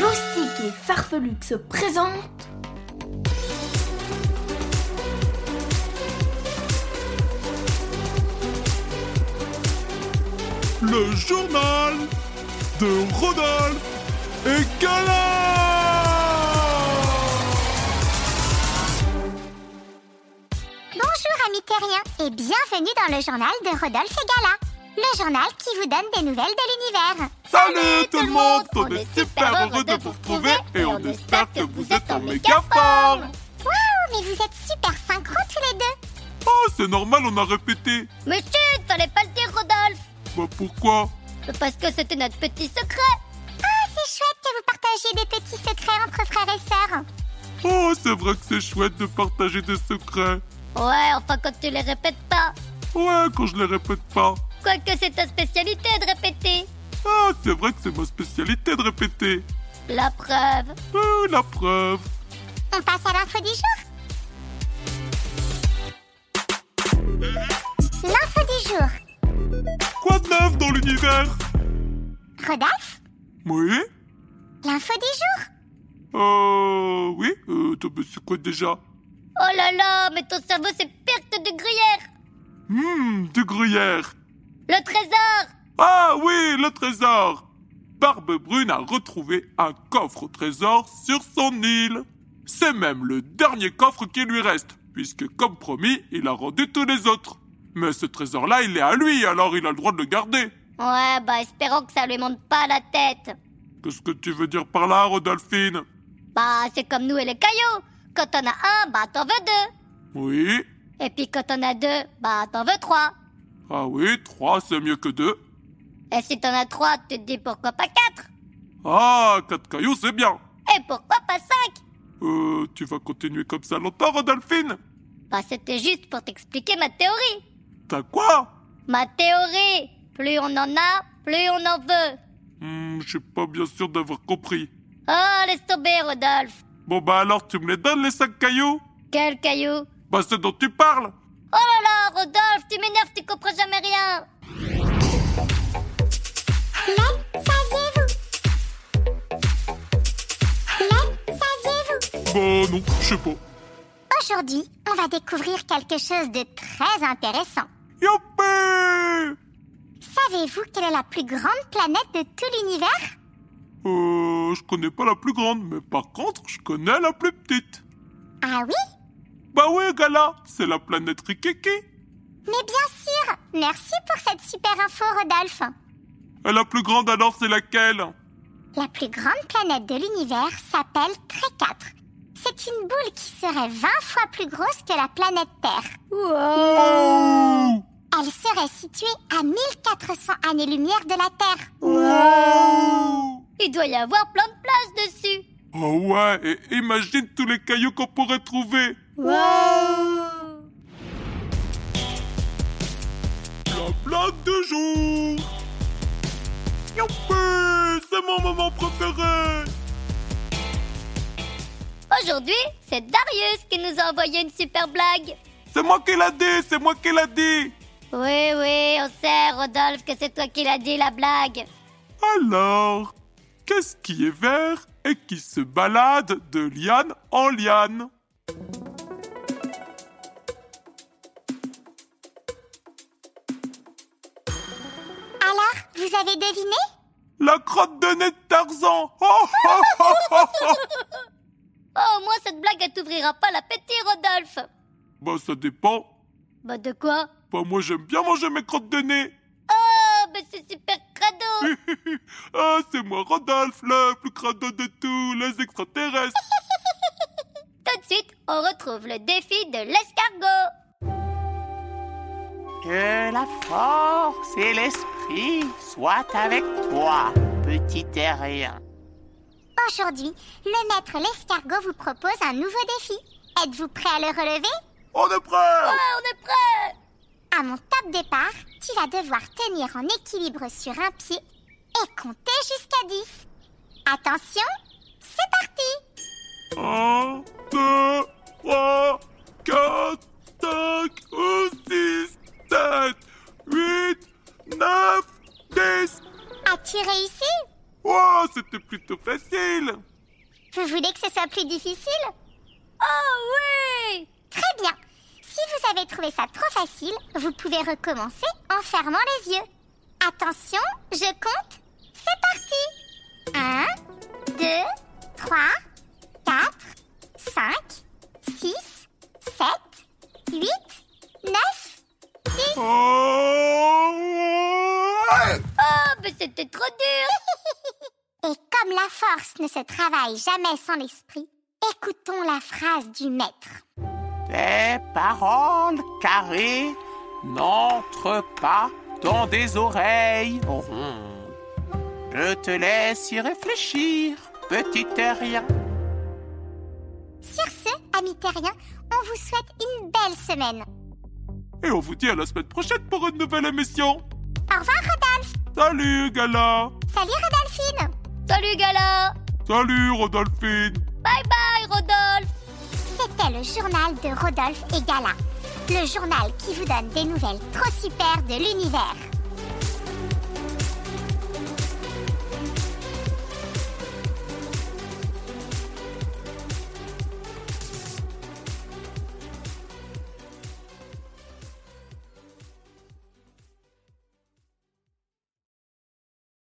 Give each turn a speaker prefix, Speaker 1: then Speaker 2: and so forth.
Speaker 1: Loustique et Farfelux se présentent
Speaker 2: le journal de Rodolphe et Gala
Speaker 3: Bonjour amis terriens et bienvenue dans le journal de Rodolphe et Gala, le journal qui vous donne des nouvelles de l'univers.
Speaker 2: Salut tout le monde, on est super heureux de vous retrouver et on espère que vous êtes en méga forme
Speaker 3: Waouh, mais vous êtes super synchro tous les deux.
Speaker 2: Oh c'est normal, on a répété
Speaker 4: Mais chut, fallait pas le dire, Rodolphe
Speaker 2: Bah pourquoi
Speaker 4: Parce que c'était notre petit secret
Speaker 3: Ah, c'est chouette que vous partagiez des petits secrets entre frères et sœurs.
Speaker 2: Oh c'est vrai que c'est chouette de partager des secrets
Speaker 4: Ouais, enfin quand tu les répètes pas
Speaker 2: Ouais, quand je les répète pas
Speaker 4: Quoique c'est ta spécialité de répéter
Speaker 2: Ah c'est vrai que c'est ma spécialité de répéter
Speaker 4: La preuve
Speaker 2: Euh, La preuve
Speaker 3: On passe à l'info du jour L'info du jour.
Speaker 2: Quoi de neuf dans l'univers
Speaker 3: Rodolphe,
Speaker 2: Oui
Speaker 3: l'info du jour.
Speaker 2: Euh... Oui Euh... attends, mais C'est quoi déjà
Speaker 4: Oh là là, mais ton cerveau c'est pire que de gruyère
Speaker 2: Hum, du gruyère.
Speaker 4: Le trésor
Speaker 2: Ah oui, le trésor. Barbe Brune a retrouvé un coffre au trésor sur son île. C'est même le dernier coffre qui lui reste, puisque comme promis, il a rendu tous les autres. Mais ce trésor-là, il est à lui, alors il a le droit de le garder.
Speaker 4: Ouais, bah espérons que ça lui monte pas à la tête
Speaker 2: Qu'est-ce que tu veux dire par là, Rodolphine
Speaker 4: Bah c'est comme nous et les cailloux Quand on a un, bah t'en veux deux
Speaker 2: Oui.
Speaker 4: Et puis quand on a deux, bah t'en veux trois
Speaker 2: Ah oui, trois, c'est mieux que deux.
Speaker 4: Et si t'en as trois, tu te dis pourquoi pas quatre
Speaker 2: Ah, quatre cailloux, c'est bien.
Speaker 4: Et pourquoi pas cinq
Speaker 2: Euh, tu vas continuer comme ça longtemps, Rodolphine
Speaker 4: Bah c'était juste pour t'expliquer ma théorie
Speaker 2: T'as quoi
Speaker 4: Ma théorie, plus on en a, plus on en veut.
Speaker 2: Hmm, je suis pas bien sûr d'avoir compris.
Speaker 4: Oh, laisse tomber, Rodolphe.
Speaker 2: Bon bah alors tu me les donnes les cinq cailloux
Speaker 4: Quel caillou.
Speaker 2: Bah ceux dont tu parles
Speaker 4: Oh là là, Rodolphe, tu m'énerves, tu comprends jamais rien.
Speaker 3: Le saviez-vous Le saviez-vous
Speaker 2: Bah non, je sais pas.
Speaker 3: Aujourd'hui, on va découvrir quelque chose de très intéressant.
Speaker 2: Youpi
Speaker 3: Savez-vous quelle est la plus grande planète de tout l'univers
Speaker 2: Euh, je connais pas la plus grande, mais par contre, je connais la plus petite.
Speaker 3: Ah oui
Speaker 2: Bah ouais, Gala, c'est la planète Rikiki.
Speaker 3: Mais bien sûr Merci pour cette super info, Rodolphe.
Speaker 2: Et la plus grande alors, c'est laquelle
Speaker 3: La plus grande planète de l'univers s'appelle Tré4. C'est une boule qui serait 20 fois plus grosse que la planète Terre.
Speaker 2: Oh
Speaker 3: Elle serait située à 1400 années-lumière de la Terre.
Speaker 2: Oh
Speaker 4: Il doit y avoir plein de places dessus.
Speaker 2: Oh ouais, et imagine tous les cailloux qu'on pourrait trouver La blague du jour Youpi C'est mon moment préféré
Speaker 4: Aujourd'hui, c'est Darius qui nous a envoyé une super blague.
Speaker 2: C'est moi qui l'a dit, c'est moi qui l'a dit
Speaker 4: Oui, oui, on sait, Rodolphe, que c'est toi qui l'as dit, la blague.
Speaker 2: Alors, qu'est-ce qui est vert et qui se balade de liane en liane
Speaker 3: Alors, vous avez deviné
Speaker 2: La crotte de nez de Tarzan Oh, oh, oh, oh, oh.
Speaker 4: Oh, au moins, cette blague, elle t'ouvrira pas l'appétit, Rodolphe.
Speaker 2: Bah ça dépend.
Speaker 4: Bah, de quoi
Speaker 2: Bah moi j'aime bien manger mes crottes de nez.
Speaker 4: Oh, mais c'est super crado.
Speaker 2: ah c'est moi Rodolphe, le plus crado de tous les extraterrestres.
Speaker 4: Tout de suite, on retrouve le défi de l'escargot.
Speaker 5: Que la force et l'esprit fille soit avec toi, petit terrien.
Speaker 3: Aujourd'hui, le maître l'escargot vous propose un nouveau défi. Êtes-vous prêt à le relever
Speaker 2: On est prêt
Speaker 4: Ah, on est prêt
Speaker 3: À mon top départ, tu vas devoir tenir en équilibre sur un pied et compter jusqu'à 10. Attention, c'est parti
Speaker 2: 1, 2, 3, 4, 5 ou 6, 7, 8, 9, 10.
Speaker 3: As-tu réussi
Speaker 2: Oh, c'était plutôt facile.
Speaker 3: Vous voulez que ce soit plus difficile
Speaker 4: Oh oui
Speaker 3: Très bien Si vous avez trouvé ça trop facile, vous pouvez recommencer en fermant les yeux. Attention, je compte. C'est parti 1, 2, 3, 4, 5, 6, 7, 8, 9, 10.
Speaker 2: Oh, ouais.
Speaker 4: Oh, mais c'était trop dur
Speaker 3: Et comme la force ne se travaille jamais sans l'esprit, écoutons la phrase du maître.
Speaker 5: Les paroles carrées n'entrent pas dans des oreilles rondes. Je te laisse y réfléchir, petit terrien.
Speaker 3: Sur ce, amis terriens, on vous souhaite une belle semaine.
Speaker 2: Et on vous dit à la semaine prochaine pour une nouvelle émission.
Speaker 3: Au revoir, Rodolphe
Speaker 2: Salut, Gala.
Speaker 3: Salut, Rodolphine
Speaker 4: Salut Gala
Speaker 2: Salut, Rodolphine.
Speaker 4: Bye bye Rodolphe
Speaker 3: C'était le journal de Rodolphe et Gala. Le journal qui vous donne des nouvelles trop super de l'univers.